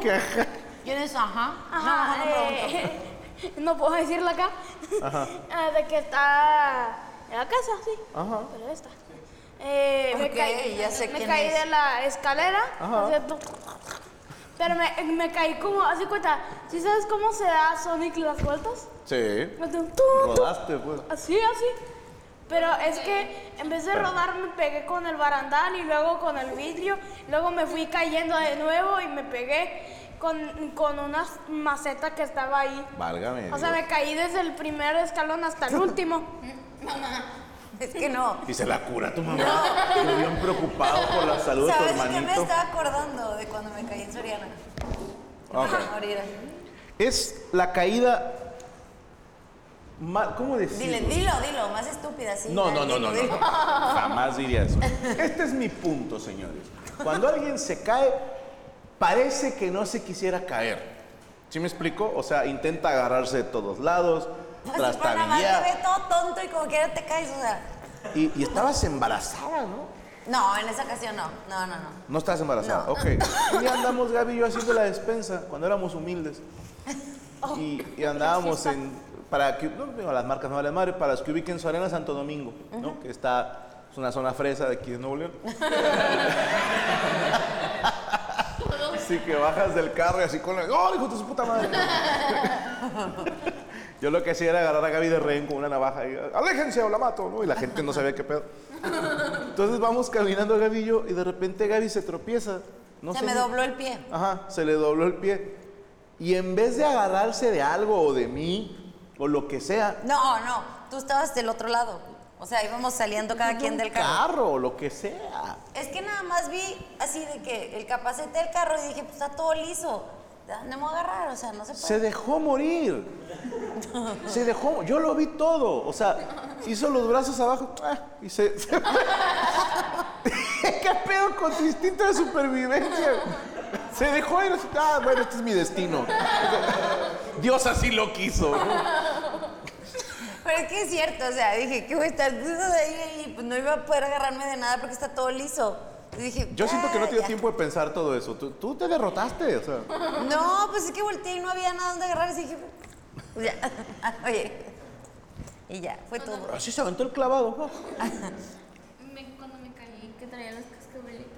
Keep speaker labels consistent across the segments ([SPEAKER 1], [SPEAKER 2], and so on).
[SPEAKER 1] que ajá.
[SPEAKER 2] ¿Quién es ajá?
[SPEAKER 3] Ajá,
[SPEAKER 2] no, mejor no pregunto.
[SPEAKER 3] eh, no puedo decirla acá.
[SPEAKER 1] Ajá. Ah.
[SPEAKER 3] Ah, de que está en la casa, sí.
[SPEAKER 1] Ajá.
[SPEAKER 3] Pero esta. Eh, me
[SPEAKER 2] Ok,
[SPEAKER 3] caí,
[SPEAKER 2] ya sé
[SPEAKER 3] me
[SPEAKER 2] quién
[SPEAKER 3] caí
[SPEAKER 2] es.
[SPEAKER 3] de la escalera.
[SPEAKER 1] Ajá.
[SPEAKER 3] o sea, tu- Pero me, me caí como, así cuenta, ¿sí sabes cómo se da Sonic las vueltas?
[SPEAKER 1] Sí.
[SPEAKER 3] Hace un tu, tu,
[SPEAKER 1] Rodaste, pues.
[SPEAKER 3] Así, así. Pero es que en vez de rodar me pegué con el barandal y luego con el vidrio. Luego me fui cayendo de nuevo y me pegué con, con una maceta que estaba ahí.
[SPEAKER 1] Válgame.
[SPEAKER 3] O sea,
[SPEAKER 1] Dios.
[SPEAKER 3] me caí desde el primer escalón hasta el último.
[SPEAKER 2] Es que no.
[SPEAKER 1] Y se la cura tu mamá. Yo bien preocupado por la salud de tu
[SPEAKER 4] ¿Sabes de qué me
[SPEAKER 1] hermanito.
[SPEAKER 4] estaba acordando de cuando me caí en Soriana?
[SPEAKER 1] Ah, Ok.
[SPEAKER 4] A morir.
[SPEAKER 1] Es la caída. ma- ¿Cómo decirlo?
[SPEAKER 4] Dile, dilo, dilo, más estúpida, sí.
[SPEAKER 1] No,
[SPEAKER 4] ya,
[SPEAKER 1] no, no, no,
[SPEAKER 4] dilo,
[SPEAKER 1] no.
[SPEAKER 4] dilo.
[SPEAKER 1] Jamás diría eso. Este es mi punto, señores. Cuando alguien se cae, parece que no se quisiera caer. ¿Sí me explico? O sea, intenta agarrarse de todos lados,
[SPEAKER 4] Pues, pero nada más te
[SPEAKER 1] trastabilla.
[SPEAKER 4] ve todo tonto y como quiera te caes, o sea.
[SPEAKER 1] Y, y estabas embarazada, ¿no?
[SPEAKER 4] No, en esa ocasión no. No, no, no.
[SPEAKER 1] No estás embarazada,
[SPEAKER 4] No.
[SPEAKER 1] ok. Un día andamos Gaby y yo haciendo la despensa cuando éramos humildes. Y, y andábamos en, para que, no digo las marcas no valen madre, para los que ubiquen su arena Santo Domingo, ¿no? Que está, es una zona fresa de aquí de Nuevo León. Así que bajas del carro y así con la, ¡oh, hijo de su puta madre! Yo lo que hacía era agarrar a Gaby de rehén con una navaja y aléjense o la mato, ¿no? Y la gente no sabía qué pedo. Entonces vamos caminando Gaby y yo y de repente Gaby se tropieza. No
[SPEAKER 4] Se
[SPEAKER 1] sé
[SPEAKER 4] me
[SPEAKER 1] ni-
[SPEAKER 4] dobló el pie.
[SPEAKER 1] Ajá, se le dobló el pie. Y en vez de agarrarse de algo o de mí o lo que sea,
[SPEAKER 4] No, no. Tú estabas del otro lado. O sea, íbamos saliendo cada quien del carro.
[SPEAKER 1] carro o lo que sea.
[SPEAKER 4] Es que nada más vi así de que el capacete del carro y dije, pues está todo liso. ¿De dónde me voy a agarrar? O sea, no se puede.
[SPEAKER 1] Se dejó morir. Se dejó, yo lo vi todo. O sea, hizo los brazos abajo ah, y se. se- ¿Qué pedo con su instinto de supervivencia? Se dejó ir. así, Ah, bueno, este es mi destino. Dios así lo quiso.
[SPEAKER 4] Pero es que es cierto, o sea, dije, ¿qué voy a estar desnudo ahí? Y pues no iba a poder agarrarme de nada porque está todo liso. Y dije,
[SPEAKER 1] Yo siento que no
[SPEAKER 4] "Ah,
[SPEAKER 1] te dio
[SPEAKER 4] ya".
[SPEAKER 1] tiempo de pensar todo eso. Tú, tú te derrotaste, o sea.
[SPEAKER 4] No, pues es que volteé y no había nada donde agarrar. Así dije, pues, ya, oye. Y ya, fue todo.
[SPEAKER 1] Así se aventó el clavado. ¿no?
[SPEAKER 5] Me- cuando me caí, que traía los cascabelitos.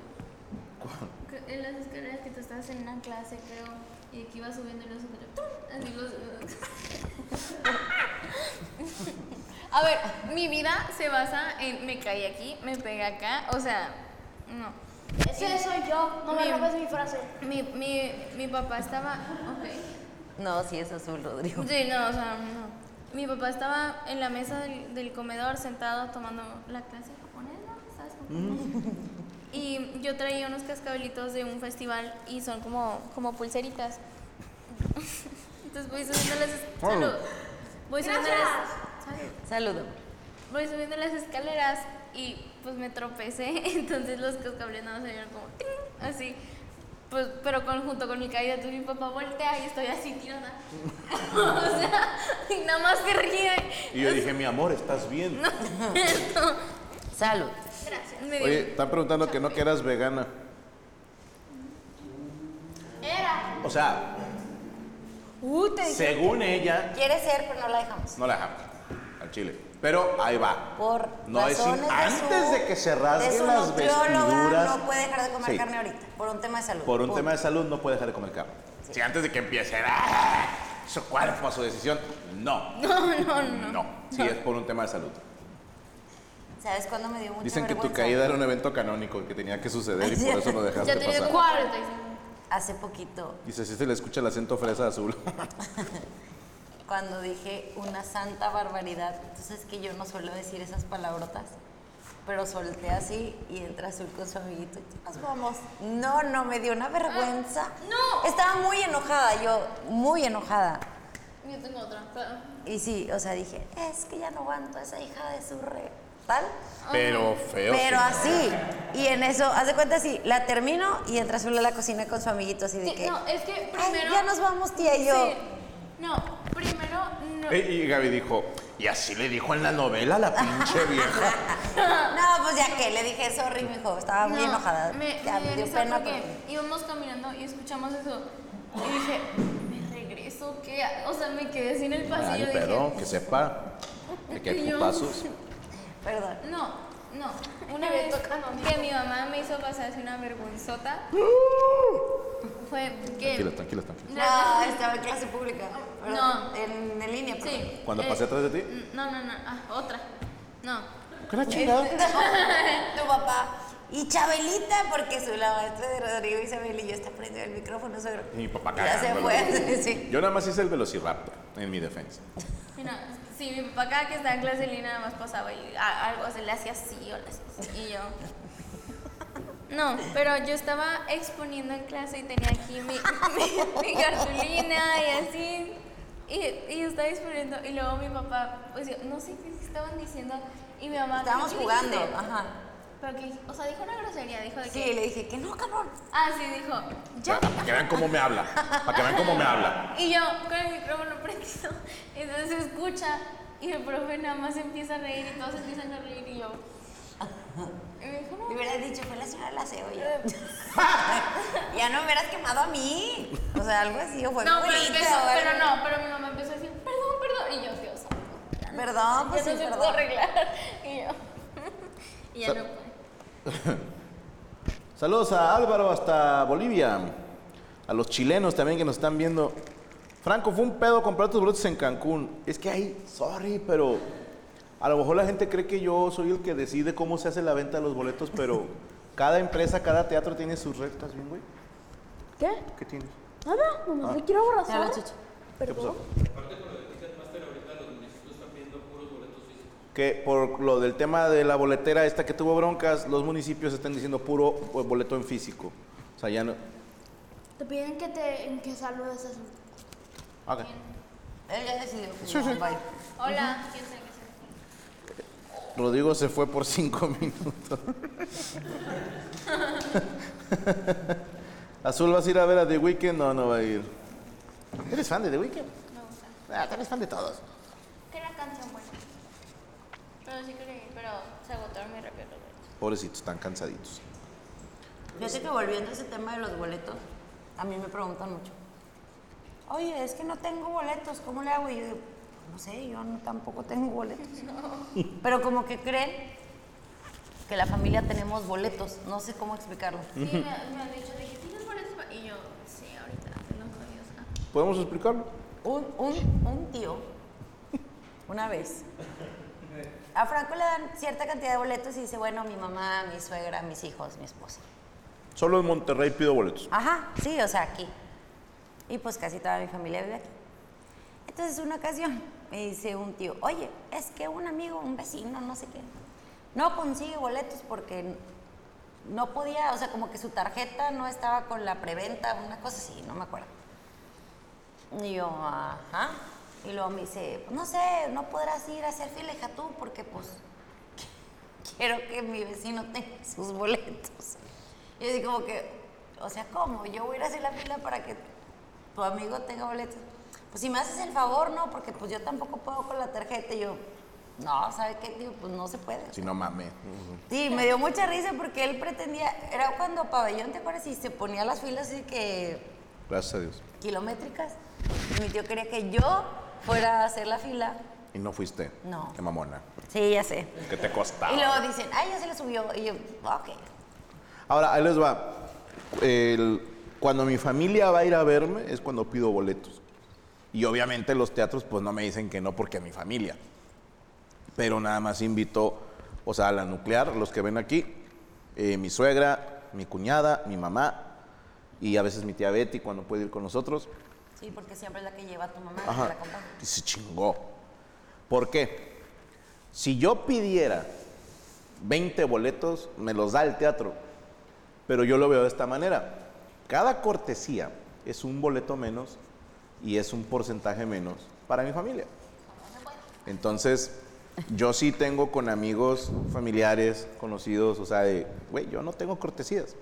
[SPEAKER 5] Que- En las escaleras que tú estabas en una clase, creo, y que iba subiendo y los otros, ¡tum! así los. A ver, mi vida se basa en me caí aquí, me pegué acá, o sea, no.
[SPEAKER 3] Ese soy yo, no me
[SPEAKER 5] Bien.
[SPEAKER 3] robes mi frase.
[SPEAKER 5] Mi, mi, mi papá estaba. Ok.
[SPEAKER 4] No, sí es azul, Rodrigo.
[SPEAKER 5] Sí, no, o sea, no. Mi papá estaba en la mesa del, del comedor sentado tomando la clase japonesa, ¿sabes? cómo? Y yo traía unos cascabelitos de un festival y son como, como pulseritas. Entonces voy subiendo las es-
[SPEAKER 1] Wow.
[SPEAKER 5] salud. Voy subiendo las salud.
[SPEAKER 4] Saludo.
[SPEAKER 5] Voy subiendo las escaleras y pues me tropecé, entonces los cascabeles nada más salieron como ¡ting! así. Pues, pero con, junto con mi caída, entonces mi papá voltea y estoy así tirada. o sea, y nada más se ríe.
[SPEAKER 1] Y yo dije, mi amor, ¿estás bien?
[SPEAKER 4] Salud.
[SPEAKER 5] Me dio-
[SPEAKER 1] Oye, están preguntando que no que eras vegana.
[SPEAKER 5] Era.
[SPEAKER 1] O sea,
[SPEAKER 3] Uh, te dije.
[SPEAKER 1] según ella,
[SPEAKER 4] Quiere ser, pero no la dejamos.
[SPEAKER 1] no la dejamos al chile. Pero ahí va.
[SPEAKER 4] Por
[SPEAKER 1] No, es
[SPEAKER 4] razones
[SPEAKER 1] in-
[SPEAKER 4] su-
[SPEAKER 1] antes de que se rasguen
[SPEAKER 4] de su
[SPEAKER 1] las
[SPEAKER 4] nutrióloga,
[SPEAKER 1] vestiduras.
[SPEAKER 4] No puede dejar de comer
[SPEAKER 1] Sí.
[SPEAKER 4] carne ahorita, por un tema de salud.
[SPEAKER 1] Por un
[SPEAKER 4] Punto.
[SPEAKER 1] tema de salud no puede dejar de comer carne. Si antes de que empiece ¡ah! su cuerpo, su decisión, no. No, no, no. No, sí es por un tema de salud.
[SPEAKER 4] ¿Sabes cuándo me dio mucha
[SPEAKER 1] Dicen que tu
[SPEAKER 4] vergüenza?
[SPEAKER 1] caída era un evento canónico que tenía que suceder y por eso lo dejaste
[SPEAKER 5] Ya tenía
[SPEAKER 1] pasar.
[SPEAKER 5] como 45.
[SPEAKER 4] Hace poquito,
[SPEAKER 1] Dice, si se le escucha el acento fresa azul.
[SPEAKER 4] cuando dije una santa barbaridad, entonces es que yo no suelo decir esas palabrotas, pero solté así y entra Azul con su amiguito y nos vamos. No, no, me dio una vergüenza.
[SPEAKER 5] Ah, no.
[SPEAKER 4] Estaba muy enojada, yo, muy enojada.
[SPEAKER 5] Yo tengo otra.
[SPEAKER 4] Y sí, o sea, dije, es que ya no aguanto a esa hija de su re... ¿Tal?
[SPEAKER 1] Pero feo.
[SPEAKER 4] Pero
[SPEAKER 1] sí.
[SPEAKER 4] así, y en eso, haz de cuenta así, la termino y entra Azul a la cocina con su amiguito así de
[SPEAKER 5] Sí,
[SPEAKER 4] que...
[SPEAKER 5] no, es que
[SPEAKER 4] "Ay,
[SPEAKER 5] primero.
[SPEAKER 4] ya nos vamos, tía y yo.
[SPEAKER 5] Sí. No, primero no.
[SPEAKER 1] Eh, Y Gaby dijo, y así le dijo en la novela la pinche vieja.
[SPEAKER 4] No, pues ya que le dije sorry, mijo. Estaba Ah, muy
[SPEAKER 5] No,
[SPEAKER 4] enojada.
[SPEAKER 5] Me,
[SPEAKER 4] ya
[SPEAKER 5] me
[SPEAKER 4] me dio
[SPEAKER 5] risa
[SPEAKER 4] pena.
[SPEAKER 5] porque
[SPEAKER 4] porque-
[SPEAKER 5] íbamos caminando y escuchamos eso. Y dije, ¿me regreso qué? hago?". O sea, me quedé sin el
[SPEAKER 1] Ay,
[SPEAKER 5] pasillo.
[SPEAKER 1] perdón,
[SPEAKER 5] Pues dije,
[SPEAKER 1] que sepa. De que hay
[SPEAKER 5] Yo-
[SPEAKER 1] putazos.
[SPEAKER 4] Perdón.
[SPEAKER 5] No, no. Una vez que mi mamá me hizo pasarse una vergonzota
[SPEAKER 1] ¡Uh!
[SPEAKER 5] fue que...
[SPEAKER 1] Tranquila, tranquila, tranquila.
[SPEAKER 4] No, estaba en clase pública. Perdón,
[SPEAKER 5] No.
[SPEAKER 4] En, en línea, perdón.
[SPEAKER 5] Sí.
[SPEAKER 1] Cuando
[SPEAKER 5] eh,
[SPEAKER 1] pasé atrás de ti.
[SPEAKER 5] No, no, no. ah, otra. No.
[SPEAKER 1] ¿Qué la chingada?
[SPEAKER 5] eh,
[SPEAKER 4] tu papá. Y Chabelita, porque su, la maestra de Rodrigo Isabel y yo está prendido el micrófono, suegro.
[SPEAKER 1] Y mi papá
[SPEAKER 4] Ya se
[SPEAKER 1] cagándolo.
[SPEAKER 4] fue,
[SPEAKER 5] eh.
[SPEAKER 4] sí.
[SPEAKER 1] Yo nada más hice el velociraptor en mi defensa.
[SPEAKER 5] Mira, sí, mi papá cada que estaba en clase de línea nada más pasaba y a- algo se le hacía así o le hacía así, y yo... No, pero yo estaba exponiendo en clase y tenía aquí mi, mi- mi cartulina y así. Y, y yo estaba exponiendo y luego mi papá, pues yo no sé qué estaban diciendo y mi mamá...
[SPEAKER 4] Estábamos
[SPEAKER 5] ¿qué
[SPEAKER 4] jugando,
[SPEAKER 5] dijiste?
[SPEAKER 4] ajá.
[SPEAKER 5] Pero que, o sea, dijo una grosería, dijo de
[SPEAKER 4] Sí,
[SPEAKER 5] que...
[SPEAKER 4] le dije que no, cabrón.
[SPEAKER 5] Ah, sí, dijo, ya.
[SPEAKER 1] Para que vean cómo me habla. Para que vean cómo me habla.
[SPEAKER 5] Y yo con el micrófono prendido, entonces se escucha y el profe nada más empieza a reír y todos empiezan a reír y yo. Y me dijo,
[SPEAKER 4] Me
[SPEAKER 5] no.
[SPEAKER 4] hubieras dicho, fue la señora de la cebolla. ya no me hubieras quemado a mí. O sea, algo así, o fue
[SPEAKER 5] No,
[SPEAKER 4] mi
[SPEAKER 5] pero,
[SPEAKER 4] abuelita,
[SPEAKER 5] empezó,
[SPEAKER 4] o algo.
[SPEAKER 5] pero no, pero mi mamá empezó a decir, perdón, perdón. Y yo, Dios, ya no-
[SPEAKER 4] Perdón, pues
[SPEAKER 5] ya
[SPEAKER 4] sí,
[SPEAKER 5] no se pudo
[SPEAKER 4] perdón.
[SPEAKER 5] arreglar. Y yo. Y ya
[SPEAKER 1] Sa-
[SPEAKER 5] no pude.
[SPEAKER 1] Saludos a Álvaro hasta Bolivia. A los chilenos también que nos están viendo. Franco, fue un pedo comprar tus brotes en Cancún. Es que ahí, sorry, pero a lo mejor la gente cree que yo soy el que decide cómo se hace la venta de los boletos, pero cada empresa, cada teatro tiene sus rectas, bien, güey?
[SPEAKER 3] ¿Qué?
[SPEAKER 1] ¿Qué tienes?
[SPEAKER 3] Nada, nomás le quiero abrazar.
[SPEAKER 4] Ya, la chucha.
[SPEAKER 1] ¿Qué pasó?
[SPEAKER 3] Perdón.
[SPEAKER 1] Que por lo del tema de la boletera esta que tuvo broncas, los municipios están diciendo puro eh, boleto en físico. O sea, ya no.
[SPEAKER 3] Te piden que te que saludes así.
[SPEAKER 1] Ok.
[SPEAKER 4] Él ya decidió. pues,
[SPEAKER 1] Sí,
[SPEAKER 4] no,
[SPEAKER 1] sí.
[SPEAKER 4] bye.
[SPEAKER 5] Hola, ¿quién sabe qué sea?
[SPEAKER 1] Rodrigo se fue por cinco minutos. Azul, ¿vas a ir a ver a The Weeknd? No, no va a ir. ¿Eres fan de The Weeknd?
[SPEAKER 5] Me gusta.
[SPEAKER 1] Ah, tú eres fan de todos.
[SPEAKER 5] Que era canción buena. Pero sí que pero se agotaron muy rápido los boletos.
[SPEAKER 1] Pobrecitos, están cansaditos.
[SPEAKER 4] Fíjate que volviendo a ese tema de los boletos, a mí me preguntan mucho. Oye, es que no tengo boletos, ¿cómo le hago? Y yo digo, no sé, yo no- tampoco tengo boletos. Pero como que creen que la familia tenemos boletos, no sé cómo explicarlo.
[SPEAKER 5] Sí, me, me han dicho, de que tienes boletos pa-?" Y yo, sí, ahorita, te los doy, o sea.
[SPEAKER 1] ¿Podemos explicarlo?
[SPEAKER 4] Un, un- un tío, una vez, a Franco le dan cierta cantidad de boletos y dice, bueno, mi mamá, mi suegra, mis hijos, mi esposa.
[SPEAKER 1] Solo en Monterrey pido boletos.
[SPEAKER 4] Ajá, sí, o sea, aquí. Y pues casi toda mi familia vive aquí. Entonces, una ocasión me dice un tío, oye, es que un amigo, un vecino, no sé qué, no consigue boletos porque no podía, o sea, como que su tarjeta no estaba con la preventa, una cosa así, no me acuerdo. Y yo, ajá. Y luego me dice, "Pues no sé, no podrás ir a hacer fila, hija, tú, porque pues quiero que mi vecino tenga sus boletos. Y así como que, o sea, ¿cómo? Yo voy a ir a hacer la fila para que tu amigo tenga boletos. Pues si me haces el favor, no, porque pues yo tampoco puedo con la tarjeta. Y yo, no, ¿sabe qué, tío? Pues no se puede.
[SPEAKER 1] Si no mames.
[SPEAKER 4] Sí, me dio mucha risa porque él pretendía, era cuando Pabellón, ¿te acuerdas? Y se ponía las filas así que
[SPEAKER 1] Gracias a Dios.
[SPEAKER 4] kilométricas. Y mi tío quería que yo fuera a hacer la fila.
[SPEAKER 1] Y no fuiste.
[SPEAKER 4] No.
[SPEAKER 1] Qué mamona.
[SPEAKER 4] Sí, ya sé.
[SPEAKER 1] Que te costaba.
[SPEAKER 4] Y luego dicen, ay, ya se le subió. Y yo, ok.
[SPEAKER 1] Ahora, ahí les va. El- cuando mi familia va a ir a verme es cuando pido boletos. Y obviamente los teatros pues no me dicen que no porque es mi familia. Pero nada más invito, o sea, a la nuclear, los que ven aquí, eh, mi suegra, mi cuñada, mi mamá y a veces mi tía Betty cuando puede ir con nosotros.
[SPEAKER 4] Sí, porque siempre es la que lleva a tu mamá, la que
[SPEAKER 1] Ajá.
[SPEAKER 4] la acompaña.
[SPEAKER 1] Y se chingó. ¿Por qué? Si yo pidiera 20 boletos, me los da el teatro. Pero yo lo veo de esta manera. Cada cortesía es un boleto menos y es un porcentaje menos para mi familia. Entonces, yo sí tengo con amigos, familiares, conocidos, o sea, de, güey, yo no tengo cortesías.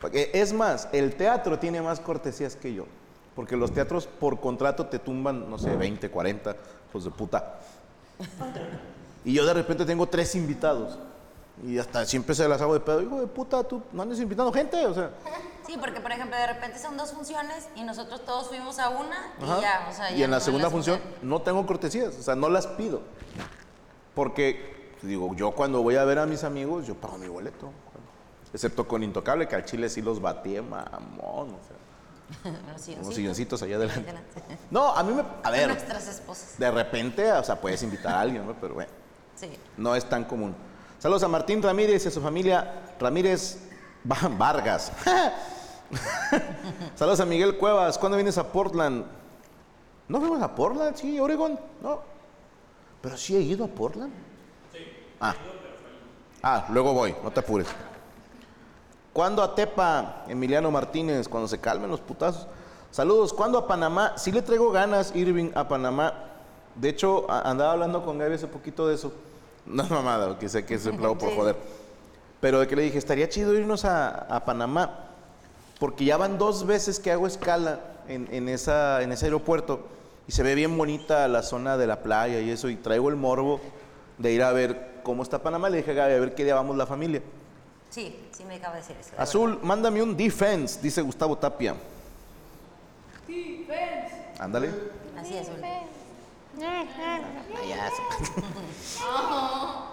[SPEAKER 1] Porque, Es más, el teatro tiene más cortesías que yo. Porque los teatros por contrato te tumban, no sé, 20, 40, hijos de puta. Y yo de repente tengo tres invitados. Y hasta siempre se las hago de pedo. Hijo de puta, tú no andes invitando gente. O sea,
[SPEAKER 4] Sí, porque por ejemplo, de repente son dos funciones y nosotros todos fuimos a una y
[SPEAKER 1] Ajá.
[SPEAKER 4] ya, o sea,
[SPEAKER 1] Y
[SPEAKER 4] ya
[SPEAKER 1] en la
[SPEAKER 4] no
[SPEAKER 1] segunda
[SPEAKER 4] las
[SPEAKER 1] función
[SPEAKER 4] juntan.
[SPEAKER 1] no tengo cortesías, o sea, no las pido. Porque, pues, digo, yo cuando voy a ver a mis amigos, yo pago mi boleto. Excepto con Intocable, que al chile sí los batí, mamón. O sea,
[SPEAKER 4] Los silloncitos.
[SPEAKER 1] unos silloncitos allá adelante.
[SPEAKER 4] adelante.
[SPEAKER 1] No, a mí me. A ver,
[SPEAKER 4] Nuestras esposas.
[SPEAKER 1] de repente, o sea, puedes invitar a alguien, ¿no? Pero bueno,
[SPEAKER 4] Sí.
[SPEAKER 1] no es tan común. Saludos a Martín Ramírez y a su familia Ramírez Va- Vargas. Saludos a Miguel Cuevas. ¿Cuándo vienes a Portland? ¿No fuimos a Portland? Sí, Oregon. No. ¿Pero sí he ido a Portland? Sí. Ah. Ah, luego voy. No te apures. ¿Cuándo a Tepa, Emiliano Martínez? Cuando se calmen los putazos. Saludos. ¿Cuándo a Panamá? Sí le traigo ganas, Irving, a Panamá. De hecho, a- andaba hablando con Gaby hace poquito de eso. No es mamada, que sé que es un clavo por
[SPEAKER 4] Sí.
[SPEAKER 1] joder. Pero de que le dije, estaría chido irnos a, a Panamá. Porque ya van dos veces que hago escala en, en esa, en ese aeropuerto y se ve bien bonita la zona de la playa y eso. Y traigo el morbo de ir a ver cómo está Panamá. Le dije a Gaby, a ver qué día vamos la familia.
[SPEAKER 4] Sí, sí me acaba de decir eso. de
[SPEAKER 1] Azul, mándame un defense, dice Gustavo Tapia. Defense. Ándale.
[SPEAKER 4] verdad. Así es, Azul.
[SPEAKER 5] Oh.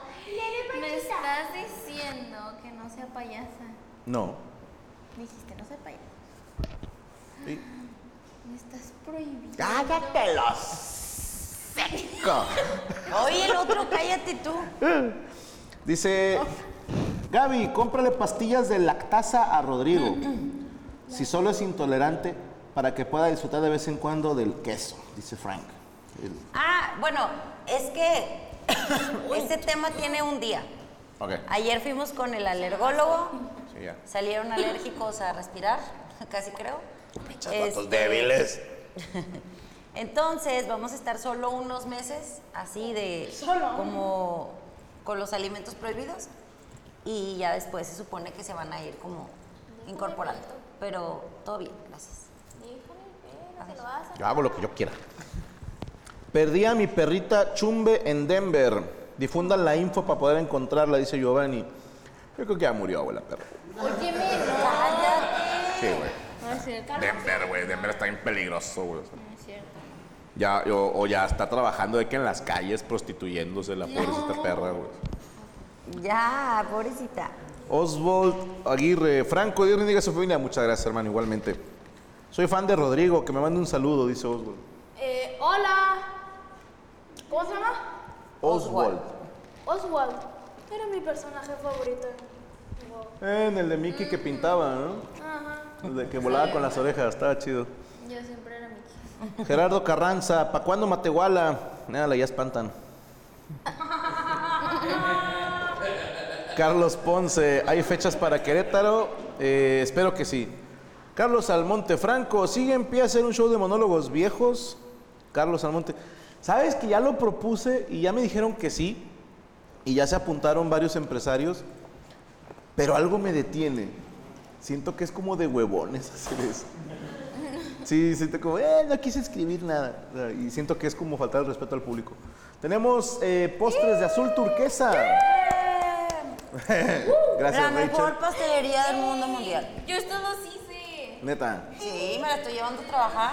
[SPEAKER 5] Me estás diciendo que no sea payasa.
[SPEAKER 1] No.
[SPEAKER 5] Dijiste no sea payasa.
[SPEAKER 1] Sí.
[SPEAKER 5] Me estás prohibiendo.
[SPEAKER 1] Cállate los seco.
[SPEAKER 4] Oye, el otro, cállate tú.
[SPEAKER 1] Dice, Gaby, cómprale pastillas de lactasa a Rodrigo. si solo es intolerante, para que pueda disfrutar de vez en cuando del queso, dice Frank. El-
[SPEAKER 4] Ah, bueno, es que este tema tiene un día.
[SPEAKER 1] Ok.
[SPEAKER 4] Ayer fuimos con el alergólogo,
[SPEAKER 1] Sí, ya.
[SPEAKER 4] salieron alérgicos a respirar, casi creo.
[SPEAKER 1] Pinches
[SPEAKER 4] Este,
[SPEAKER 1] vatos débiles.
[SPEAKER 4] Entonces vamos a estar solo unos meses así de
[SPEAKER 3] Solo.
[SPEAKER 4] como con los alimentos prohibidos y ya después se supone que se van a ir como incorporando. Pero todo bien, gracias.
[SPEAKER 1] Yo hago lo que yo quiera. Perdí a mi perrita Chumbe en Denver. Difundan la info para poder encontrarla, dice Giovanni. Yo creo que ya murió, güey, la perra. Sí, güey.
[SPEAKER 5] No es cierto.
[SPEAKER 1] Denver, güey. Denver está bien peligroso, güey. o sea. Ya, o, o ya está trabajando de que en las calles prostituyéndose la pobrecita perra, güey.
[SPEAKER 4] Ya, pobrecita.
[SPEAKER 1] Oswald Aguirre, Franco, Dios bendiga a su familia. Muchas gracias, hermano, igualmente. Soy fan de Rodrigo, que me mande un saludo, dice Oswald.
[SPEAKER 3] Eh, hola. ¿Cómo se llama?
[SPEAKER 1] Oswald.
[SPEAKER 3] Oswald. Era mi personaje favorito.
[SPEAKER 1] Eh, En el de Mickey que pintaba, ¿no?
[SPEAKER 3] Ajá.
[SPEAKER 1] El de que volaba con las orejas, estaba chido.
[SPEAKER 5] Yo siempre era Mickey.
[SPEAKER 1] Gerardo Carranza, ¿pa' cuándo Matehuala? Nada, ya espantan. Carlos Ponce, ¿hay fechas para Querétaro? Eh, espero que sí. Carlos Almonte Franco, ¿sigue en pie hacer un show de monólogos viejos? Carlos Almonte, ¿sabes que ya lo propuse y ya me dijeron que sí? Y ya se apuntaron varios empresarios, pero algo me detiene. Siento que es como de huevones hacer eso. Sí, siento como, eh, no quise escribir nada. O sea, Y siento que es como faltar el respeto al público. Tenemos eh, postres de azul turquesa.
[SPEAKER 4] la
[SPEAKER 1] Gracias,
[SPEAKER 4] mejor
[SPEAKER 1] Rachel.
[SPEAKER 4] pastelería del mundo mundial.
[SPEAKER 5] Yo esto los hice.
[SPEAKER 1] Neta.
[SPEAKER 4] Sí, me la estoy llevando a trabajar.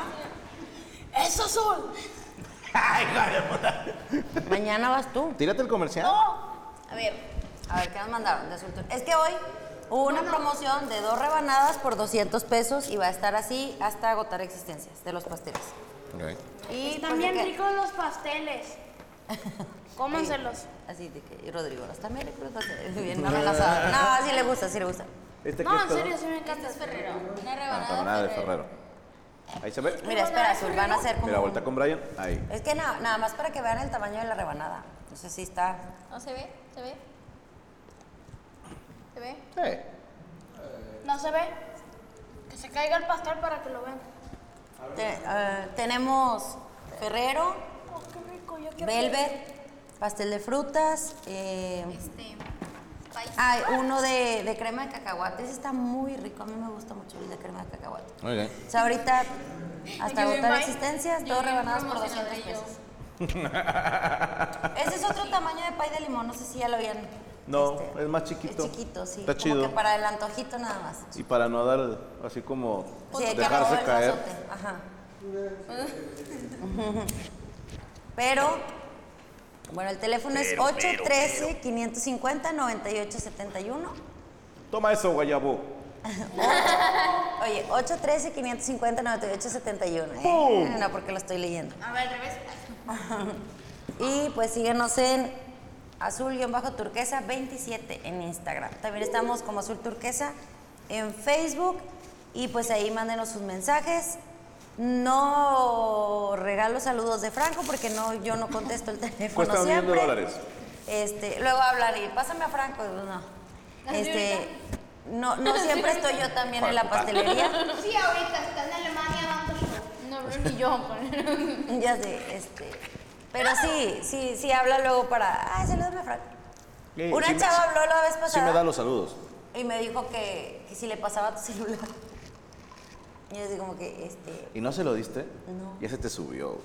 [SPEAKER 3] ¡Eso son!
[SPEAKER 4] Mañana vas tú.
[SPEAKER 1] Tírate el comercial.
[SPEAKER 5] A ver.
[SPEAKER 4] A ver, ¿qué nos mandaron de azul turquesa? Es que hoy hubo una promoción de dos rebanadas por 200 pesos y va a estar así hasta agotar existencias de los pasteles.
[SPEAKER 1] Ok.
[SPEAKER 4] Y pues,
[SPEAKER 3] Están bien
[SPEAKER 4] de que-
[SPEAKER 3] ricos los pasteles. Cómanselos.
[SPEAKER 4] Así de que, y Rodrigo, los también le creo que- bien amenazado. No, sí le gusta, sí le gusta.
[SPEAKER 1] Este que
[SPEAKER 3] No,
[SPEAKER 1] es
[SPEAKER 3] en
[SPEAKER 1] todo.
[SPEAKER 3] serio, sí me encanta.
[SPEAKER 5] Este es Ferrero. Una
[SPEAKER 1] Ah,
[SPEAKER 5] rebanada.
[SPEAKER 1] empanada de Ferrero. Ahí se ve.
[SPEAKER 4] Mira, espera, Azul, van a ser como...
[SPEAKER 1] Mira,
[SPEAKER 4] un-
[SPEAKER 1] vuelta con Brian. Ahí.
[SPEAKER 4] Es que na- nada más para que vean el tamaño de la rebanada. No sé si está...
[SPEAKER 5] ¿No se ve? ¿Se ve? ¿Se ve?
[SPEAKER 1] Sí.
[SPEAKER 3] ¿No se ve? Que se caiga el pastel para que lo vean.
[SPEAKER 4] Te- eh, tenemos Ferrero,
[SPEAKER 3] Oh, qué rico, yo quiero.
[SPEAKER 4] Velvet, pastel de frutas, eh,
[SPEAKER 5] Este. País.
[SPEAKER 4] Hay uno de, de crema de cacahuate. Ese está muy rico. A mí me gusta mucho el de crema de cacahuate.
[SPEAKER 1] Muy bien.
[SPEAKER 4] O sea, ahorita, hasta
[SPEAKER 5] Yo vi
[SPEAKER 4] agotar
[SPEAKER 5] Mike,
[SPEAKER 4] existencias,
[SPEAKER 5] yo
[SPEAKER 4] dos
[SPEAKER 5] vi un
[SPEAKER 4] rebanadas por
[SPEAKER 5] promocional
[SPEAKER 4] 200
[SPEAKER 5] de yo.
[SPEAKER 4] pesos. Ese es otro tamaño de pay de limón. No sé si ya lo habían
[SPEAKER 1] No,
[SPEAKER 4] Este,
[SPEAKER 1] es más chiquito.
[SPEAKER 4] Es chiquito, sí.
[SPEAKER 1] Está
[SPEAKER 4] como
[SPEAKER 1] chido.
[SPEAKER 4] que para el antojito nada más.
[SPEAKER 1] Y para no dar así como
[SPEAKER 4] Sí, hay que
[SPEAKER 1] dejarse
[SPEAKER 4] mover el
[SPEAKER 1] caer.
[SPEAKER 4] brazote, Ajá. Pero, bueno, el teléfono es 813-550-9871.
[SPEAKER 1] Toma eso, guayabo.
[SPEAKER 4] Oye, 813-550-9871.
[SPEAKER 1] ¡Pum!
[SPEAKER 4] ¿eh? No, porque lo estoy leyendo.
[SPEAKER 5] A ver, al revés.
[SPEAKER 4] Y pues síguenos en azul-turquesa27 en Instagram. También estamos como azul turquesa en Facebook. Y pues ahí mándenos sus mensajes. No regalo saludos de Franco porque no, yo no contesto el teléfono
[SPEAKER 1] Cuesta un millón de
[SPEAKER 4] siempre.
[SPEAKER 1] dólares.
[SPEAKER 4] Este, luego hablaré. Pásame a Franco. y, pues, No.
[SPEAKER 5] Así
[SPEAKER 4] Este,
[SPEAKER 5] ahorita.
[SPEAKER 4] no, no siempre estoy yo también en la pastelería.
[SPEAKER 6] Sí, ahorita está en Alemania dando show.
[SPEAKER 5] No, pero ni yo. pero-
[SPEAKER 4] Ya sé, este. Pero sí, sí, sí habla luego para. Ay, salúdame, Franco.
[SPEAKER 1] Eh,
[SPEAKER 4] Una
[SPEAKER 1] sí me-
[SPEAKER 4] chava habló la vez
[SPEAKER 1] Sí me da
[SPEAKER 4] pasada
[SPEAKER 1] los saludos.
[SPEAKER 4] y me dijo que, que si le pasaba tu celular. Y yo así como que, este.
[SPEAKER 1] ¿Y no se lo diste?
[SPEAKER 4] No.
[SPEAKER 1] Ya se te subió.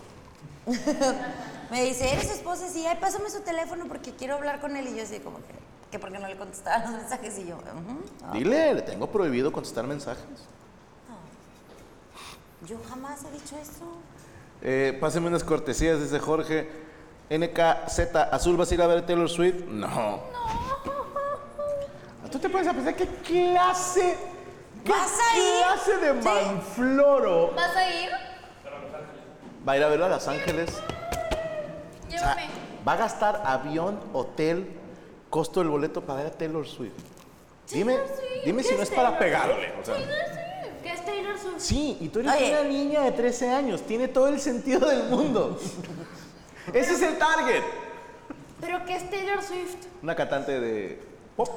[SPEAKER 4] Me dice, ¿eres su esposa? Sí, ay, pásame su teléfono porque quiero hablar con él. Y yo así como que, que porque no le contestaba los mensajes. Y yo, "Ujú, ah".
[SPEAKER 1] Dile, le tengo prohibido contestar mensajes.
[SPEAKER 4] yo jamás he dicho eso.
[SPEAKER 1] Eh, pásenme unas cortesías, dice Jorge. NKZ, Azul, ¿vas a ir a ver Taylor Swift? No. ¿Tú te pones a pensar qué clase, qué
[SPEAKER 4] ¿Vas a ir?
[SPEAKER 1] clase de
[SPEAKER 4] Sí.
[SPEAKER 1] manfloro
[SPEAKER 5] ¿Vas a ir?
[SPEAKER 1] va a ir a verlo a Los Ángeles? O sea,
[SPEAKER 5] Llévame.
[SPEAKER 1] Ah, va a gastar avión, hotel, costo del boleto para ver a Taylor Swift. Dime, dime si no es para pegarle. o sea.
[SPEAKER 3] ¿Qué es Taylor Swift?
[SPEAKER 1] Sí, y tú eres
[SPEAKER 4] Oye.
[SPEAKER 1] una niña de 13 años, tiene todo el sentido del mundo. Ese es el target.
[SPEAKER 3] ¿Pero qué es Taylor Swift?
[SPEAKER 1] Una cantante de pop.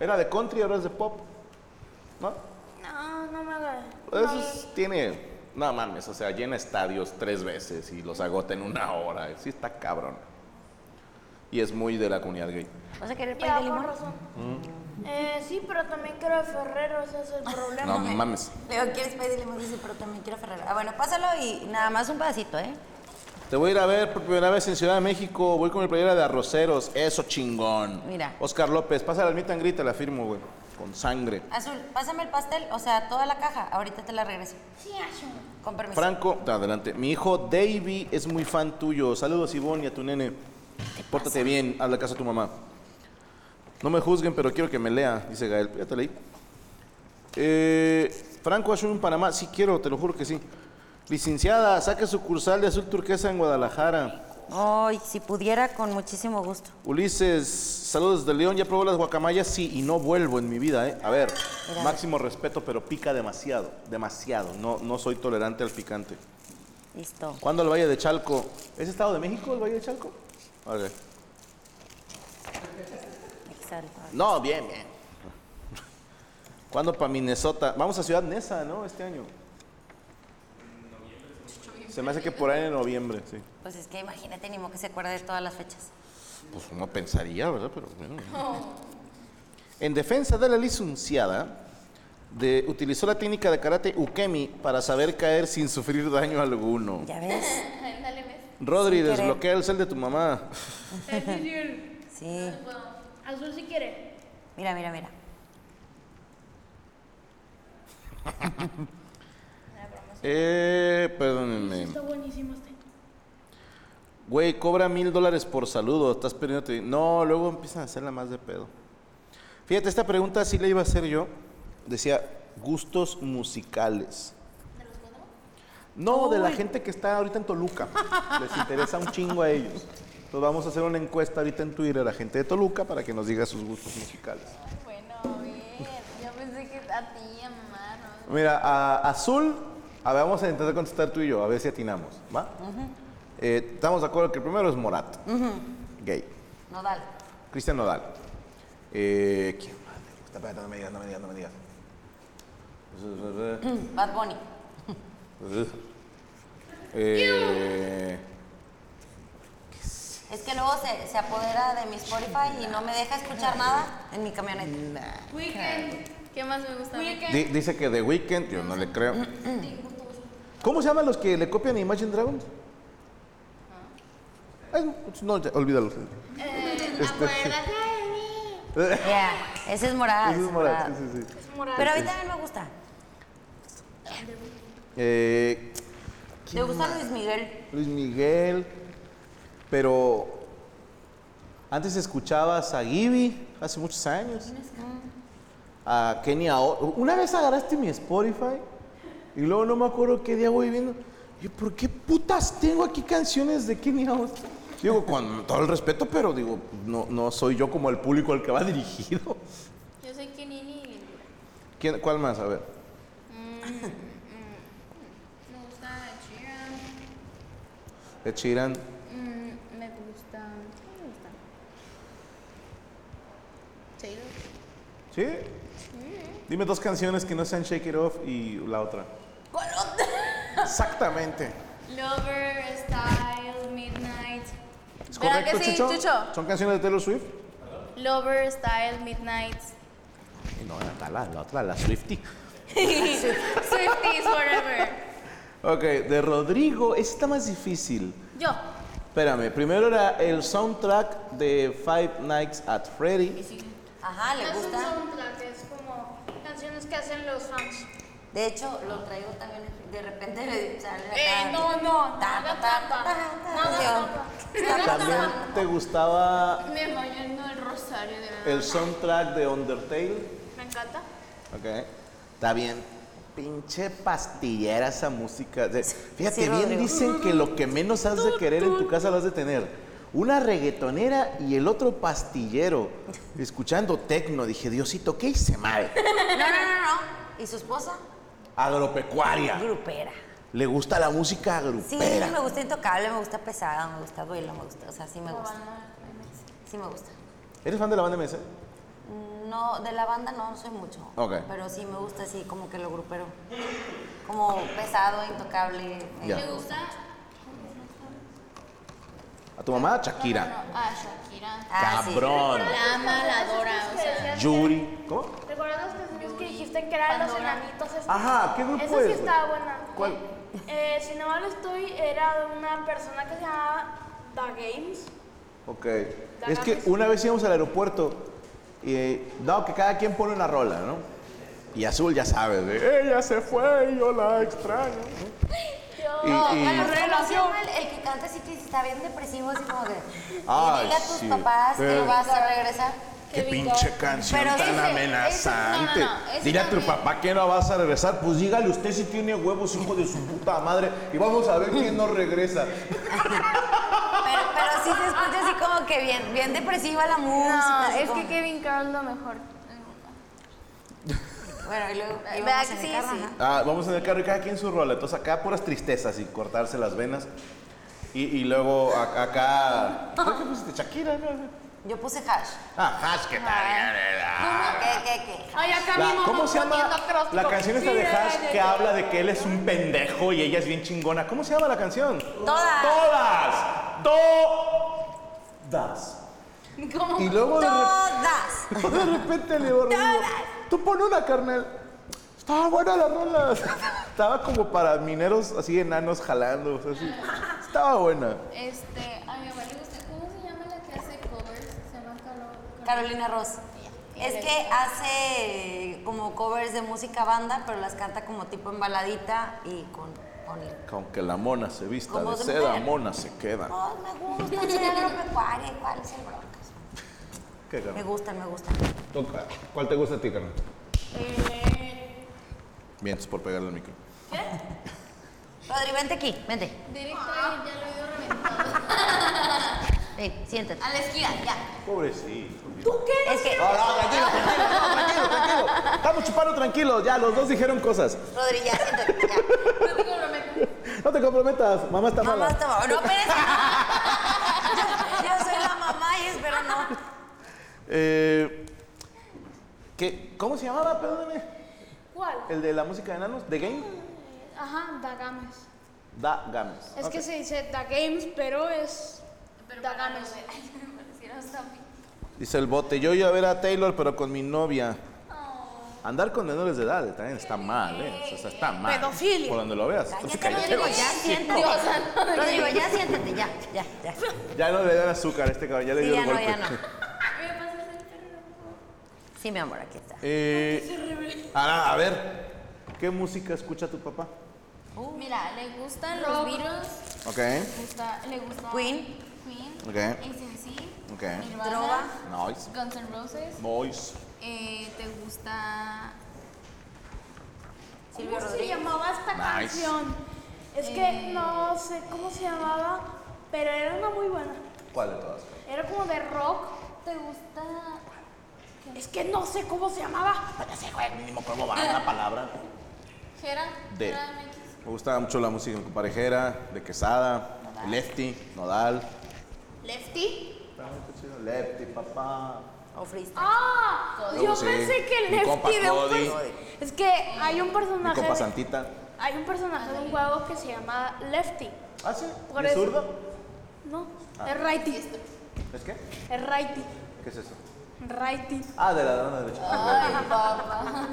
[SPEAKER 1] Era de country, ahora es de pop. ¿No?
[SPEAKER 3] No, no me agrada.
[SPEAKER 1] Eso es- pues, tiene. No mames, o sea, llena estadios tres veces y los agota en una hora. Sí, está cabrón. Y es muy de la comunidad gay.
[SPEAKER 4] ¿Vas a querer pay
[SPEAKER 3] Ya,
[SPEAKER 4] de
[SPEAKER 3] con
[SPEAKER 4] limón?
[SPEAKER 3] razón. Eh, sí, pero también quiero de Ferrero, ese es el
[SPEAKER 1] No
[SPEAKER 3] problema.
[SPEAKER 1] mames.
[SPEAKER 4] Le digo, ¿quieres pay de limón? Dice, pero también quiero Ferrero. Ah, bueno, pásalo y nada más un pedacito, ¿eh?
[SPEAKER 1] Te voy a ir a ver por primera vez en Ciudad de México. Voy con mi playera de arroceros. Eso chingón.
[SPEAKER 4] Mira.
[SPEAKER 1] Oscar López, pasa la mitad en grita, la firmo, güey. Con sangre.
[SPEAKER 4] Azul, pásame el pastel, o sea, toda la caja. Ahorita te la regreso.
[SPEAKER 6] Sí, azul.
[SPEAKER 4] Con permiso.
[SPEAKER 1] Franco, adelante. Mi hijo Davy es muy fan tuyo. Saludos, Ivonne, y a tu nene. Pórtate bien, hazle caso a tu mamá. No me juzguen, pero quiero que me lea, dice Gael. Ya te leí. Eh, Franco Azul en Panamá. Sí quiero, te lo juro que sí. Licenciada, saque sucursal de Azul Turquesa en Guadalajara.
[SPEAKER 4] Ay, si pudiera, con muchísimo gusto.
[SPEAKER 1] Ulises, saludos de León. ¿Ya probó las guacamayas? Sí, y no vuelvo en mi vida, ¿eh? A ver,
[SPEAKER 4] Mira.
[SPEAKER 1] máximo respeto, pero pica demasiado. Demasiado. No, no soy tolerante al picante.
[SPEAKER 4] Listo.
[SPEAKER 1] ¿Cuándo el Valle de Chalco? ¿Es Estado de México el Valle de Chalco? Ok.
[SPEAKER 4] Excelente.
[SPEAKER 1] No, bien, bien. ¿Cuándo para Minnesota? Vamos a Ciudad Nesa, ¿no? Este año. Se me hace que por ahí en noviembre, sí.
[SPEAKER 4] Pues es que imagínate, ni modo que se acuerde de todas las fechas.
[SPEAKER 1] Pues uno pensaría, ¿verdad? Pero bueno. En defensa de la licenciada, de- utilizó la técnica de karate ukemi para saber caer sin sufrir daño alguno.
[SPEAKER 4] ¿Ya ves?
[SPEAKER 5] Dale, ves.
[SPEAKER 1] Rodri,
[SPEAKER 4] Sin querer.
[SPEAKER 1] desbloquea el cel de tu mamá.
[SPEAKER 4] Sí.
[SPEAKER 3] Azul si quiere.
[SPEAKER 4] Mira, mira, mira.
[SPEAKER 1] Eh, perdónenme.
[SPEAKER 3] Está buenísimo este.
[SPEAKER 1] Güey, cobra mil dólares por saludo, estás perdiendo tu... No, luego empiezan a hacerla más de pedo. Fíjate, esta pregunta sí la iba a hacer yo. Decía, gustos musicales. ¿De los No, de la gente que está ahorita en Toluca. Les interesa un chingo a ellos. Entonces vamos a hacer una encuesta ahorita en Twitter a la gente de Toluca para que nos diga sus gustos musicales.
[SPEAKER 5] Bueno, a ver. Yo pensé que a ti, a mamá, ¿no?
[SPEAKER 1] Mira, a Azul, a ver, vamos a intentar contestar tú y yo, a ver si atinamos, ¿va? Eh, estamos de acuerdo que el primero es Morat, gay.
[SPEAKER 4] Nodal.
[SPEAKER 1] Cristian Nodal. Eh, ¿Quién más me gusta? Espérate, no me digas, no me digas, no me digas.
[SPEAKER 4] Bad Bunny.
[SPEAKER 1] Eh,
[SPEAKER 4] Es que luego se, se apodera de mi Spotify y no me deja escuchar nada en mi camioneta.
[SPEAKER 5] Weekend. ¿Qué más me gusta? Weekend.
[SPEAKER 1] di- dice que The Weeknd, yo no le creo. ¿Cómo se llaman los que le copian a Imagine Dragons? Ay, no, olvídalo.
[SPEAKER 5] Eh,
[SPEAKER 1] Este
[SPEAKER 5] Acuérdate.
[SPEAKER 4] Ya, ese es morado.
[SPEAKER 1] Ese es morado,
[SPEAKER 4] ah.
[SPEAKER 1] sí, sí, sí.
[SPEAKER 4] Pero a mí también me gusta.
[SPEAKER 1] Eh,
[SPEAKER 4] ¿Te gusta Luis Miguel?
[SPEAKER 1] Luis Miguel, pero antes escuchabas a Gibi hace muchos años. A Kenny Aoki. Una vez agarraste mi Spotify y luego no me acuerdo qué día voy viendo. Y yo, ¿por qué putas tengo aquí canciones de Kenny Aoki? Digo, con todo el respeto, pero digo, no, no soy yo como el público al que va dirigido.
[SPEAKER 5] Yo soy Kenini y
[SPEAKER 1] ¿Quién- ¿Cuál más? A ver.
[SPEAKER 5] Mm, me gusta Sheeran,
[SPEAKER 1] Ed Sheeran.
[SPEAKER 5] mm, me gusta... ¿Qué me gusta? Taylor.
[SPEAKER 1] ¿Sí? Dime dos canciones que no sean Shake It Off y la otra.
[SPEAKER 4] ¿Cuál otra?
[SPEAKER 1] Exactamente.
[SPEAKER 5] Lover, Style, Midnight.
[SPEAKER 1] ¿Es
[SPEAKER 5] ¿Verdad
[SPEAKER 1] correcto,
[SPEAKER 5] que sí,
[SPEAKER 1] Chucho?
[SPEAKER 5] Chucho?
[SPEAKER 1] ¿Son canciones de Taylor Swift?
[SPEAKER 5] Lover, Style, Midnight.
[SPEAKER 1] Eh, No, la, la, la otra, la Swifty.
[SPEAKER 5] Swifties forever.
[SPEAKER 1] Ok, de Rodrigo, esta está más difícil.
[SPEAKER 5] Yo.
[SPEAKER 1] Espérame, primero era el soundtrack de Five Nights at Freddy.
[SPEAKER 4] Ajá, le
[SPEAKER 3] Es un
[SPEAKER 4] gusta.
[SPEAKER 3] soundtrack, es como canciones que hacen los fans.
[SPEAKER 4] De hecho, lo traigo también. De repente le sale acá.
[SPEAKER 3] Eh, no, no,
[SPEAKER 4] Ta,
[SPEAKER 3] nada
[SPEAKER 4] ta, ta, ta,
[SPEAKER 3] tapa.
[SPEAKER 4] ta,
[SPEAKER 3] Nada
[SPEAKER 4] ta.
[SPEAKER 3] tapa.
[SPEAKER 4] Ta, ta, ta.
[SPEAKER 1] También te gustaba
[SPEAKER 5] Me bañando el rosario de
[SPEAKER 1] el soundtrack de Undertale.
[SPEAKER 3] Me encanta.
[SPEAKER 1] Ok. Está bien. Pinche pastillera esa música. De- Fíjate,
[SPEAKER 4] sí,
[SPEAKER 1] bien
[SPEAKER 4] Rodrigo.
[SPEAKER 1] dicen que lo que menos has de querer en tu casa lo has de tener. Una reggaetonera y el otro pastillero. Escuchando tecno, dije, Diosito, ¿qué hice mal?
[SPEAKER 4] No, no, no, no. ¿Y su esposa?
[SPEAKER 1] Agropecuaria.
[SPEAKER 4] Grupera.
[SPEAKER 1] Le gusta la música
[SPEAKER 4] Sí, me
[SPEAKER 1] agrupera.
[SPEAKER 4] gusta intocable, me gusta pesada, me gusta duelo, me gusta. O sea, sí me gusta. Sí me gusta.
[SPEAKER 1] ¿Eres fan de la banda MS?
[SPEAKER 4] No, de la banda no soy mucho.
[SPEAKER 1] Ok.
[SPEAKER 4] Pero sí me gusta así como que lo grupero. Como pesado, intocable. eh,
[SPEAKER 1] Ya.
[SPEAKER 5] Me gusta
[SPEAKER 1] A tu mamá, Shakira.
[SPEAKER 5] a Shakira.
[SPEAKER 4] Ah, sí.
[SPEAKER 1] Cabrón.
[SPEAKER 5] La ama, la adora, o sea.
[SPEAKER 1] Yuri. ¿Cómo?
[SPEAKER 3] ¿Recuerdas las canciones que dijiste que eran los enanitos? estos?
[SPEAKER 1] Ajá, ¿qué grupo
[SPEAKER 3] Esa
[SPEAKER 1] es,
[SPEAKER 3] sí
[SPEAKER 1] güey?
[SPEAKER 3] estaba buena.
[SPEAKER 1] Ah, pues, ¿Cuál?
[SPEAKER 3] Eh, si no mal estoy, era de una persona que se llamaba The Games.
[SPEAKER 1] Ok. Es que una vez íbamos al aeropuerto y eh, no, que cada quien pone una rola, ¿no? Y Azul ya sabes, de, ella se fue y yo la extraño. ¿no? Y-
[SPEAKER 4] No,
[SPEAKER 1] y-
[SPEAKER 4] bueno, ¿cómo se llama
[SPEAKER 3] Relación.
[SPEAKER 4] El, el que canta así que está bien depresivo, así como que.
[SPEAKER 1] Ay,
[SPEAKER 4] y dile a tus
[SPEAKER 1] sí,
[SPEAKER 4] papás
[SPEAKER 1] pero-
[SPEAKER 4] que vas a regresar.
[SPEAKER 1] qué pinche canción
[SPEAKER 4] Pero
[SPEAKER 1] tan
[SPEAKER 4] ese- ese-
[SPEAKER 1] amenazante.
[SPEAKER 5] no, no, no, ese
[SPEAKER 1] Dile a tu
[SPEAKER 5] también.
[SPEAKER 1] papá que no vas a regresar. Pues dígale usted si tiene huevos, hijo de su puta madre. Y vamos a ver quién nos regresa.
[SPEAKER 4] Pero, pero sí se escucha así como que bien, bien depresiva la música.
[SPEAKER 5] No,
[SPEAKER 4] así
[SPEAKER 5] es
[SPEAKER 4] como-
[SPEAKER 5] que Kevin Carl lo mejor.
[SPEAKER 4] Bueno, y luego. y
[SPEAKER 5] ¿Verdad
[SPEAKER 4] vamos
[SPEAKER 5] que
[SPEAKER 4] en el
[SPEAKER 5] sí?
[SPEAKER 4] carro,
[SPEAKER 5] Sí.
[SPEAKER 4] ajá.
[SPEAKER 1] Ah, vamos en el carro y cada quien su rola. Entonces acá puras tristezas y cortarse las venas. Y, y luego a- acá. ¿Por qué pusiste Shakira? no?
[SPEAKER 4] Yo puse hash.
[SPEAKER 1] Ah, Hash, que tal.
[SPEAKER 4] ¿Qué, qué, qué?
[SPEAKER 3] Ay, acá
[SPEAKER 1] La-
[SPEAKER 3] mismo
[SPEAKER 1] ¿Cómo
[SPEAKER 3] nos
[SPEAKER 1] se llama
[SPEAKER 3] poniendo acróstico.
[SPEAKER 1] la canción esta de
[SPEAKER 3] Sí,
[SPEAKER 1] Hash
[SPEAKER 3] de-
[SPEAKER 1] que habla de que él es un pendejo y ella es bien chingona? ¿Cómo se llama la canción?
[SPEAKER 4] Todas.
[SPEAKER 1] Todas. Todas. Y luego de, re-
[SPEAKER 4] Todas.
[SPEAKER 1] de repente le digo, Rodrigo, tú pon una, carnal. Estaba buena la rola. Estaba como para mineros así enanos jalando. o sea, sí. Estaba buena.
[SPEAKER 5] Este, a mi mamá le gusta. ¿Cómo se llama la que hace covers? Se llama Carol.
[SPEAKER 4] Carolina Ross. Es que hace como covers de música banda, pero las canta como tipo en baladita y con, con el-
[SPEAKER 1] Aunque la mona se vista
[SPEAKER 4] Como
[SPEAKER 1] de
[SPEAKER 4] de
[SPEAKER 1] seda,
[SPEAKER 4] mujer.
[SPEAKER 1] mona se queda.
[SPEAKER 4] Oh, me gusta, soy agropecuaria, ¿cuál es el broncas?
[SPEAKER 1] ¿Qué,
[SPEAKER 4] Me
[SPEAKER 1] carnal?
[SPEAKER 4] gusta, me gusta.
[SPEAKER 1] Toca. ¿Cuál te gusta a ti, carnal?
[SPEAKER 3] Eh,
[SPEAKER 1] Mientes por pegarle al micro.
[SPEAKER 4] Rodri, vente aquí, vente.
[SPEAKER 5] Directo ahí, ya lo he ido reventado.
[SPEAKER 4] Ven, siéntate.
[SPEAKER 5] A la esquina, ya.
[SPEAKER 1] Pobrecito.
[SPEAKER 4] Es que,
[SPEAKER 1] No, no, tranquilo, tranquilo, no, tranquilo, tranquilo. Estamos chupando tranquilos, ya, los dos dijeron cosas.
[SPEAKER 4] Rodri, ya, siéntate, ya.
[SPEAKER 5] No te comprometo.
[SPEAKER 1] No te comprometas, mamá está
[SPEAKER 4] Mamá,
[SPEAKER 1] mala.
[SPEAKER 4] está No, espérense. Yo, yo soy la mamá y espero no.
[SPEAKER 1] Eh, ¿qué- ¿Cómo se llamaba, perdóname?
[SPEAKER 3] ¿Cuál?
[SPEAKER 1] ¿El de la música de enanos? ¿The Game?
[SPEAKER 3] Ajá, The Games.
[SPEAKER 1] Da Games.
[SPEAKER 3] Es que se dice The Games, pero es
[SPEAKER 5] Pero
[SPEAKER 3] The
[SPEAKER 5] para no
[SPEAKER 3] Games.
[SPEAKER 5] ver. Ay, me pareciera hasta a mí.
[SPEAKER 1] Dice el bote, yo iba a ver a Taylor, pero con mi novia. Andar con menores de edad también está mal, ¿eh? O sea, está mal.
[SPEAKER 3] Pedofilia.
[SPEAKER 1] Por donde lo veas. Entonces,
[SPEAKER 4] Cállate, Rodrigo,
[SPEAKER 1] cállate.
[SPEAKER 4] ya, siéntate. Rodrigo, ya, siéntate, ya, ya, ya.
[SPEAKER 1] Ya no le dan azúcar a este cabrón, ya le
[SPEAKER 4] Sí,
[SPEAKER 1] dio
[SPEAKER 4] ya
[SPEAKER 1] el
[SPEAKER 4] no,
[SPEAKER 1] golpe.
[SPEAKER 4] ya no.
[SPEAKER 5] Me pasas el perro.
[SPEAKER 4] Sí, mi amor, aquí está.
[SPEAKER 1] Eh, ahora, a ver, ¿qué música escucha tu papá?
[SPEAKER 5] Mira, le gustan
[SPEAKER 6] Rock.
[SPEAKER 5] los virus,
[SPEAKER 1] Ok,
[SPEAKER 5] gusta, le gusta
[SPEAKER 4] Queen.
[SPEAKER 5] Queen,
[SPEAKER 1] Ok.
[SPEAKER 5] AC/DC,
[SPEAKER 1] ok.
[SPEAKER 5] Nirvana,
[SPEAKER 4] Droga.
[SPEAKER 1] Nice.
[SPEAKER 5] Guns N' Roses,
[SPEAKER 1] Boys.
[SPEAKER 5] eh, te gusta
[SPEAKER 4] Silvio
[SPEAKER 3] ¿Cómo se
[SPEAKER 4] Rodríguez.
[SPEAKER 3] llamaba esta
[SPEAKER 1] Nice.
[SPEAKER 3] canción? Es que no sé cómo se llamaba, pero era una muy buena.
[SPEAKER 1] ¿Cuál de todas?
[SPEAKER 3] Era como de rock. ¿Te gusta? Es que no sé cómo se llamaba.
[SPEAKER 1] Ya sé, güey, mínimo cómo va la palabra.
[SPEAKER 5] Jera,
[SPEAKER 1] De.
[SPEAKER 5] Jera MX.
[SPEAKER 1] Me gustaba mucho la música de mi parejera, de Quesada, Lefty, Nodal.
[SPEAKER 6] ¿Lefty?
[SPEAKER 1] Lefty, papá.
[SPEAKER 4] O freestyle.
[SPEAKER 3] Ah,
[SPEAKER 1] Luego
[SPEAKER 3] yo
[SPEAKER 1] sí,
[SPEAKER 3] pensé que el
[SPEAKER 1] mi
[SPEAKER 3] Lefty
[SPEAKER 1] compa
[SPEAKER 3] de un
[SPEAKER 1] Cody.
[SPEAKER 3] pers- Es que hay un
[SPEAKER 1] Mi
[SPEAKER 3] personaje.
[SPEAKER 1] compa
[SPEAKER 3] de-
[SPEAKER 1] Santita.
[SPEAKER 3] Hay un personaje de un juego que se llama Lefty.
[SPEAKER 1] ¿Ah, sí?
[SPEAKER 3] Por
[SPEAKER 1] ¿Es
[SPEAKER 3] eso.
[SPEAKER 1] zurdo?
[SPEAKER 3] No,
[SPEAKER 1] Ah.
[SPEAKER 3] es righty.
[SPEAKER 1] ¿Es qué?
[SPEAKER 3] Es righty.
[SPEAKER 1] ¿Qué es eso?
[SPEAKER 3] Righty.
[SPEAKER 1] Ah, de la dona derecha.
[SPEAKER 4] Ay, papá.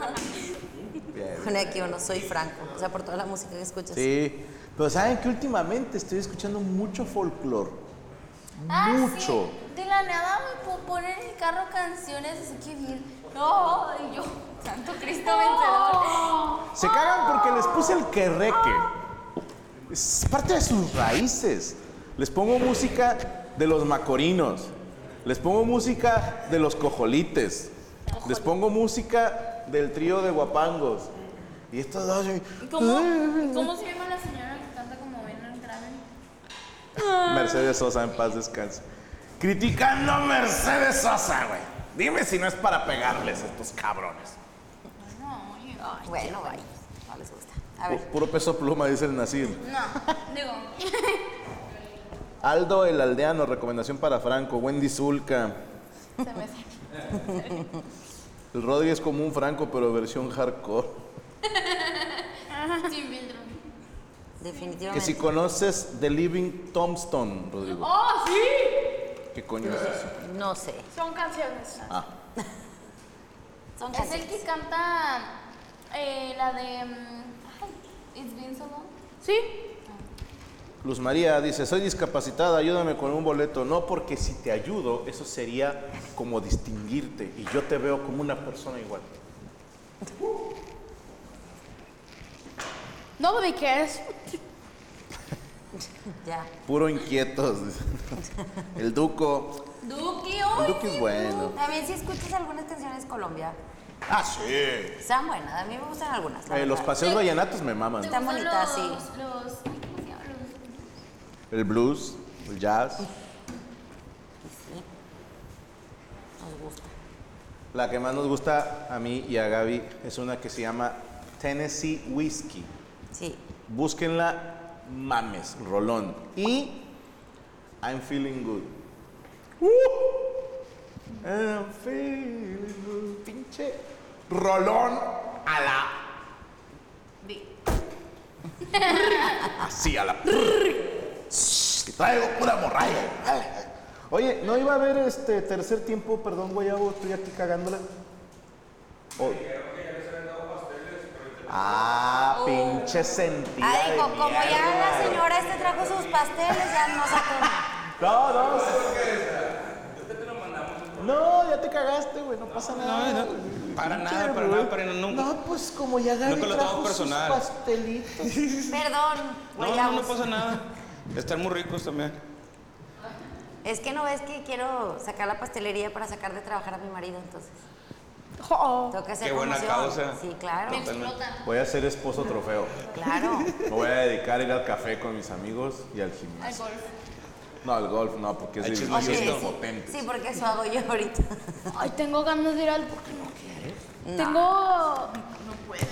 [SPEAKER 1] Bien.
[SPEAKER 4] Pone aquí uno, soy Franco. O sea, por toda la música que escuchas.
[SPEAKER 1] Sí, pero saben que últimamente estoy escuchando mucho folclore.
[SPEAKER 5] Ah,
[SPEAKER 1] mucho.
[SPEAKER 5] sí. De la nada me po- ponen en el carro canciones, así que bien. No, y yo, Santo Cristo vencedor.
[SPEAKER 1] Se cagan porque les puse el querreque. Es parte de sus raíces. Les pongo música de los macorinos. Les pongo música de los cojolites. Les pongo música del trío de guapangos. Y estos dos.
[SPEAKER 5] ¿Cómo, ¿Cómo se llama la señora que canta como ven en Grammy?
[SPEAKER 1] "Ah". Mercedes Sosa, en paz descanse. Criticando a Mercedes Sosa, güey. Dime si no es para pegarles a estos cabrones.
[SPEAKER 4] Bueno, vaya. No les gusta. A
[SPEAKER 1] Pu-
[SPEAKER 4] ver.
[SPEAKER 1] Puro peso pluma, dice el nacido.
[SPEAKER 5] No, digo.
[SPEAKER 1] Aldo el aldeano, recomendación para Franco. Wendy Zulka. El Rodri es como un Franco, pero versión hardcore.
[SPEAKER 5] Sin
[SPEAKER 1] Que
[SPEAKER 5] filtro.
[SPEAKER 1] Oh.
[SPEAKER 4] Definitivamente.
[SPEAKER 1] si conoces The Living Tombstone, Rodrigo.
[SPEAKER 3] ¡Oh, sí!
[SPEAKER 1] ¿Qué coño es eso?
[SPEAKER 4] No sé.
[SPEAKER 3] Son canciones.
[SPEAKER 1] Ah,
[SPEAKER 4] Son
[SPEAKER 5] Es el
[SPEAKER 4] canciones.
[SPEAKER 5] que canta eh, la de. mm, ay, It's been so long.
[SPEAKER 3] Sí.
[SPEAKER 1] Luz María dice, soy discapacitada, ayúdame con un boleto. No, porque si te ayudo, eso sería como distinguirte y yo te veo como una persona igual.
[SPEAKER 3] Nobody cares.
[SPEAKER 4] Ya.
[SPEAKER 1] Puro inquietos. dice. El Duco.
[SPEAKER 5] Duki,
[SPEAKER 1] El
[SPEAKER 5] hoy.
[SPEAKER 1] Duco es bueno.
[SPEAKER 4] También si escuchas algunas canciones Colombia.
[SPEAKER 1] Ah, sí.
[SPEAKER 4] Están buenas. A mí me gustan algunas. la
[SPEAKER 1] Eh, los
[SPEAKER 4] verdad.
[SPEAKER 1] paseos vallenatos me maman.
[SPEAKER 4] Está bonita, sí.
[SPEAKER 5] Los. ay, ¿Cómo se llama? Los-
[SPEAKER 1] El blues, el jazz.
[SPEAKER 4] Sí. Nos gusta.
[SPEAKER 1] La que más nos gusta a mí y a Gaby es una que se llama Tennessee Whiskey.
[SPEAKER 4] Sí.
[SPEAKER 1] Búsquenla, mames, rolón. Y I'm feeling good. I'm feeling good. Pinche rolón a la. Así a la. Y traigo pura morralla. Oye, ¿no iba a haber este tercer tiempo? Perdón, guayabo, estoy aquí cagándola. Oh. Ah, pinche sentido.
[SPEAKER 4] Oh. Ah, dijo, como ya la señora este trajo sus pasteles, ya no sacó.
[SPEAKER 1] No, no. No, ya te cagaste, güey, no pasa nada.
[SPEAKER 7] no,
[SPEAKER 1] güey.
[SPEAKER 7] para
[SPEAKER 1] Pinche,
[SPEAKER 7] nada, para
[SPEAKER 1] güey.
[SPEAKER 7] nada, para nada, nunca.
[SPEAKER 1] No, pues como ya Gaby
[SPEAKER 7] Nunca lo tomo
[SPEAKER 1] trajo
[SPEAKER 7] personal.
[SPEAKER 1] sus pastelitos.
[SPEAKER 4] Perdón,
[SPEAKER 7] No,
[SPEAKER 4] huelamos.
[SPEAKER 7] no, no pasa nada. Están muy ricos también.
[SPEAKER 4] Es que no ves que quiero sacar la pastelería para sacar de trabajar a mi marido, entonces.
[SPEAKER 3] Oh.
[SPEAKER 4] Tengo que hacer
[SPEAKER 7] Qué buena
[SPEAKER 4] promoción.
[SPEAKER 7] causa.
[SPEAKER 4] Sí, claro.
[SPEAKER 5] Explota.
[SPEAKER 1] Voy a ser esposo trofeo.
[SPEAKER 4] Claro.
[SPEAKER 1] Me voy a dedicar a ir al café con mis amigos y al gimnasio.
[SPEAKER 5] Al golf.
[SPEAKER 1] No, al golf no, porque es
[SPEAKER 7] Al
[SPEAKER 1] división
[SPEAKER 7] No,
[SPEAKER 4] Ok,
[SPEAKER 7] sí,
[SPEAKER 4] sí,
[SPEAKER 7] están
[SPEAKER 4] sí, porque eso hago yo ahorita.
[SPEAKER 3] Ay, tengo ganas de ir al.
[SPEAKER 4] No,
[SPEAKER 3] Tengo.
[SPEAKER 4] no puedo.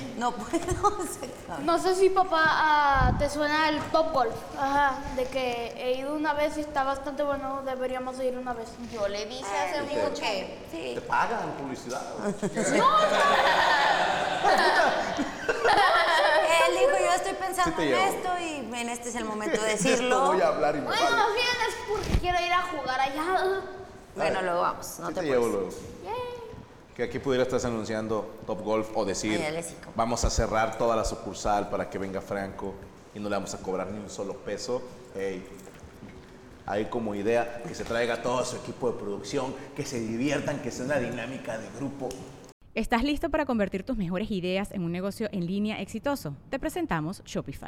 [SPEAKER 4] sí, no.
[SPEAKER 3] No sé si papá ah, te suena el Top Golf. Ajá, de que he ido una vez y está bastante bueno, deberíamos ir una vez.
[SPEAKER 5] Yo le dije hace
[SPEAKER 4] Digo
[SPEAKER 5] mucho.
[SPEAKER 4] que sí.
[SPEAKER 1] Te pagan publicidad.
[SPEAKER 4] Él dijo, yo estoy
[SPEAKER 1] Sí
[SPEAKER 4] pensando
[SPEAKER 1] te
[SPEAKER 4] en
[SPEAKER 1] llevo.
[SPEAKER 4] esto y en este es el momento de
[SPEAKER 1] De esto
[SPEAKER 4] decirlo.
[SPEAKER 1] voy a hablar y me
[SPEAKER 3] Bueno,
[SPEAKER 1] vale.
[SPEAKER 3] más bien es porque quiero ir a jugar allá.
[SPEAKER 4] Bueno, luego vamos. No
[SPEAKER 1] Sí
[SPEAKER 4] te,
[SPEAKER 1] te
[SPEAKER 4] puedes.
[SPEAKER 1] llevo luego. Que aquí pudiera estar anunciando Top Golf o decir,
[SPEAKER 4] Ay, dale cinco.
[SPEAKER 1] vamos a cerrar toda la sucursal para que venga Franco y no le vamos a cobrar ni un solo peso. Ey, ahí como idea, que se traiga todo su equipo de producción, que se diviertan, que sea una dinámica de grupo.
[SPEAKER 8] ¿Estás listo para convertir tus mejores ideas en un negocio en línea exitoso? Te presentamos Shopify.